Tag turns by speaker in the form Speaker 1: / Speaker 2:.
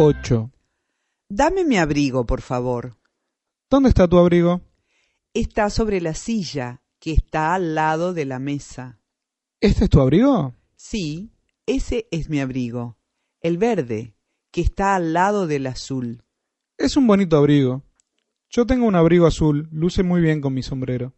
Speaker 1: 8.
Speaker 2: Dame mi abrigo, por favor.
Speaker 1: ¿Dónde está tu abrigo?
Speaker 2: Está sobre la silla, que está al lado de la mesa.
Speaker 1: ¿Este es tu abrigo?
Speaker 2: Sí, ese es mi abrigo. El verde, que está al lado del azul.
Speaker 1: Es un bonito abrigo. Yo tengo un abrigo azul, luce muy bien con mi sombrero.